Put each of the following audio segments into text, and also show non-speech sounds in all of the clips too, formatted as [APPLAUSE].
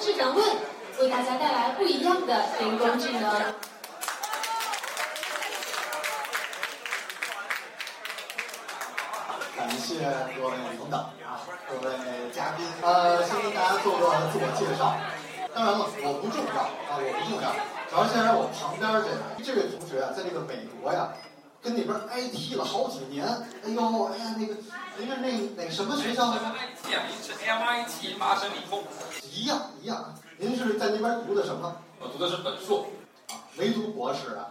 智能问，为大家带来不一样的人工智能。感谢各位领导啊，各位嘉宾，呃，先跟大家做个自我介绍。当然了，我不重要啊，我不重要。主要现在我旁边这位，这位同学啊，在这个美国呀，跟那边 IT 了好几年。哎呦，哎呀，那个，哎呀，那哪什么学校来着？ MIT 啊，您是 MIT 麻省理工，一样一样。您是在那边读的什么？我读的是本硕，啊，没读博士啊？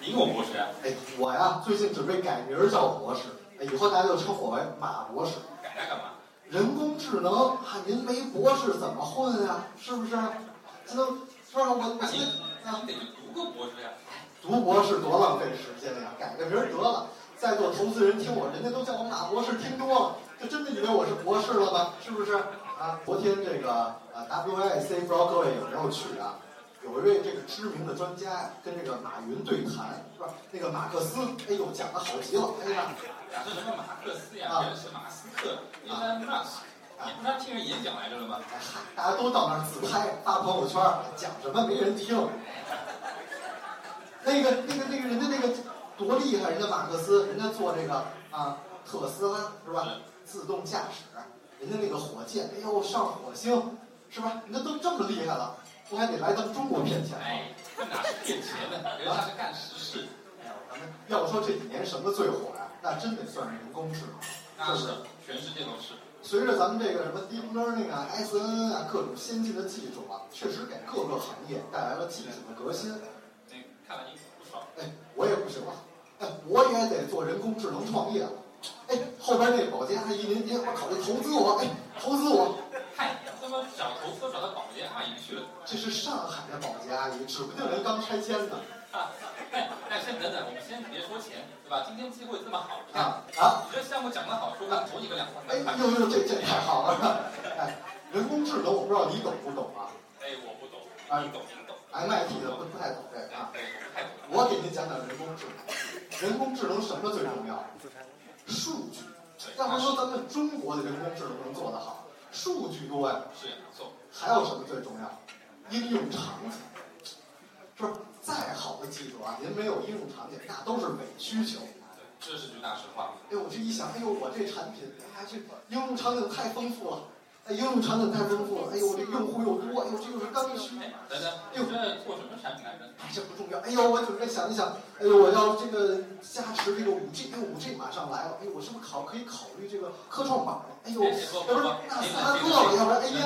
您给我博士啊？哎，我呀，最近准备改名儿叫博士，哎以后大家就称我为马博士。改它干嘛？人工智能啊，您没博士怎么混啊？是不是？这都是吧？我我现在啊，您得去读个博士呀、读博士多浪费时间呀、改个名儿得了。在座投资人听我，人家都叫我马博士，听多了，就真的以为我是博士了吧？是不是？啊，昨天这个啊 WIC 不知道各位有没有去啊？有一位这个知名的专家呀，跟这个马云对谈，是吧？那个马克思，哎呦，讲的好极了，哎呀，呀，是什么马克思呀啊？别人是马斯克，您是 m a s 你不是还听人演讲来着了吗？哎嗨， [LAUGHS] 大家都到那儿自拍发朋友圈，讲什么没人听。那个那个那个人家那个多厉害，人家马克思，人家做这个啊特斯拉是吧？自动驾驶，人家那个火箭，哎呦上火星是吧？人家都这么厉害了，不还得来咱们中国骗钱吗？哎，这哪是骗钱的，人家是干实事。哎呦，咱们要说这几年什么最火呀、啊那真得算人工智能，那是不是是？，全世界都是。随着咱们这个什么 deep learning 啊、SNN 啊各种先进的技术啊，确实给各个行业带来了技术的革新。那看来你不爽。哎，我也不行了，哎，我也得做人工洁能创业了。哎，后边那保洁阿姨，您您我考虑投资我，哎，投资我。嗨，那么找投资找到保洁阿姨去了。 [LAUGHS] 这是上海的保洁阿姨，指不定人刚拆迁呢。啊，哎，哎，先等等，我们先别说钱，对吧？今天机会这么好，你看，啊啊！你这项目讲得好，说不定投你个两哎三块。呦呦，这这太好了！哎，人工智能我不知道你懂不懂啊哎，我不懂，啊你懂，你懂。 ？MIT 的不不太懂这个啊。哎，我太懂了。我给您讲讲人工智能。人工智能什么最重要？数据。对要不说咱们中国的人工智能能做得好，数据多呀。是不错，还有什么最重要？应用场景。是吧？再好的技术啊，您没有应用场景，那都是伪需求。对，这是句大实话。哎，我这一想，哎呦，我这产品，哎呀，这应用场景太丰富了，哎，应用场景太丰富了，哎呦，我这用户又多，哎呦，这又是刚需。哎，等等，你这做什么产品来着？哎，这不重要。哎呦，我准备想一想，哎呦，我要这个加持这个五 G，哎，五 G 马上来了，哎，我是不是考可以考虑这个科创板？哎呦，要不然纳斯达克了，要不然哎呀，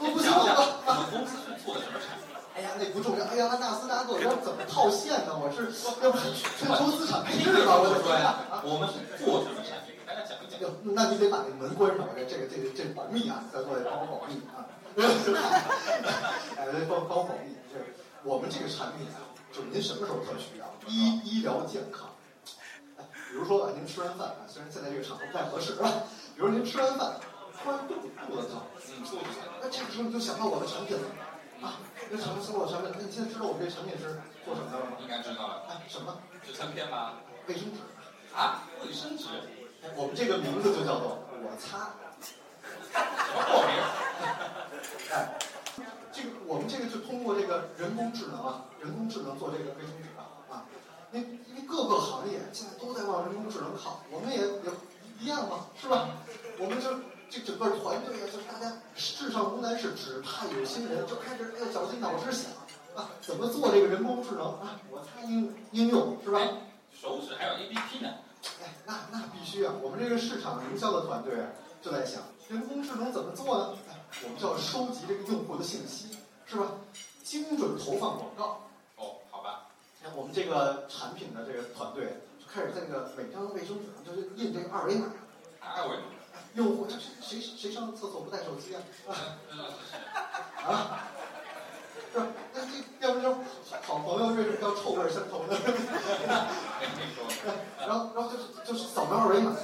都不行了。我们公司是做的什么产品？哎呀，那不重要。哎呀，那纳斯达克要怎么套现呢？我是要不全球资产配置吧？我得说呀。啊我们是做什么产品？给大家讲一哎讲。呦，那你得把那门关上，这这个这个这个保密啊，在座得帮我保密啊。 [LAUGHS] 哎，帮帮我保密。这我们这个产品啊，就是您什么时候特需要？医医疗健康。哎比如说啊，您吃完饭啊，虽然现在这个场合不太合适啊，比如您吃完饭，突然肚子肚子疼，嗯，做就行。那这个时候你就想到我的产品了啊，那什么搜我产品？那你现在知道我们这产品是做什么的了吗？应该知道了，哎，什么纸成片吗？卫生纸？啊，卫生纸，哎，我们这个名字就叫做我擦。什么破名？哎，这个我们这个就通过这个人工智能啊，人工智能做这个卫生纸啊啊，那因为各个行业现在都在往人工智能靠，我们也也一样嘛，是吧？我们就这整个团队啊，就是大家世上无难事，只怕有心人，就开始哎呦绞尽脑汁想啊，怎么做这个人工智能啊？我擦应应用是吧？手指还有 APP 呢。哎，那那必须啊！我们这个市场营销的团队啊，就在想人工智能怎么做呢？哎，我们就要收集这个用户的信息，是吧？精准投放广告。哦，好吧，哎，我们这个产品的这个团队啊就开始在这个每张卫生纸上就是印这个二维码。哎二维码。用户这谁谁上厕所不带手机啊？啊？不是，那这要不就是好朋友为什么叫臭味相投呢？没听说。然后，然后就是就是扫描二维码，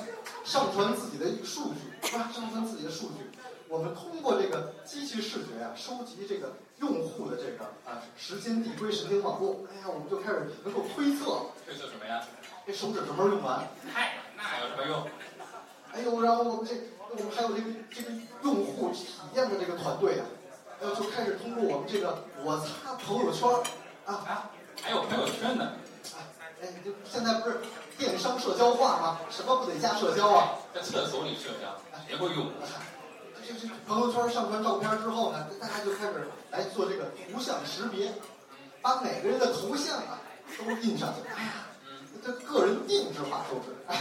上传自己的数据，是吧？上传自己的数据，我们通过这个机器视觉啊，收集这个用户的这个啊时间、地归、神经网络，哎呀，我们就开始能够推测推测什么呀？这手指什么时候用完，嗨，那有什么用？哎呦，然后我们这我们还有这个这个用户体验的这个团队啊，然后就开始通过我们这个我擦朋友圈儿啊，啊，还有朋友圈呢，哎，就现在不是电商社交化吗？什么不得加社交啊？在厕所里社交，谁会用？这这朋友圈上传照片之后呢，大家就开始来做这个图像识别，把每个人的头像啊都印上去。哎呀，嗯，这个人定制化手指，哎，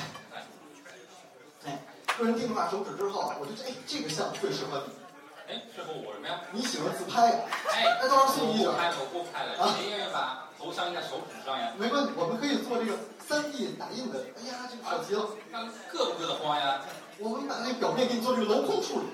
哎，个人定制化手指之后啊，我觉得哎这个像最适合你，哎，师傅我什么呀？你喜欢自拍呀、哎，那多少送我你啊一卷不？拍我不拍了，谁愿意把头上印在手指上呀？没关系，我们可以做这个三 D 打印的。哎呀，这个好极了！那硌不硌得慌呀？我们把那表面给你做这个镂空处理，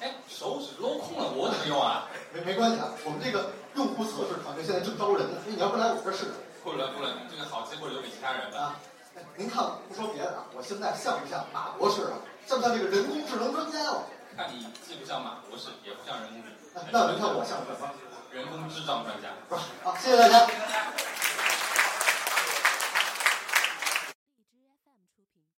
哎，手指镂空了，我怎么用啊？没没关系啊。我们这个用户测试团队现在正招人呢，哎你要不来我这儿试试不了不了，这个好机会留给其他人吧。啊？哎您看，不说别的啊，我现在像不像马博士啊？像不像这个人工智能专家啊了？看你既不像马博士，也不像人工智哎那您看我像什么？人工智障专家。是吧？好，谢谢大家。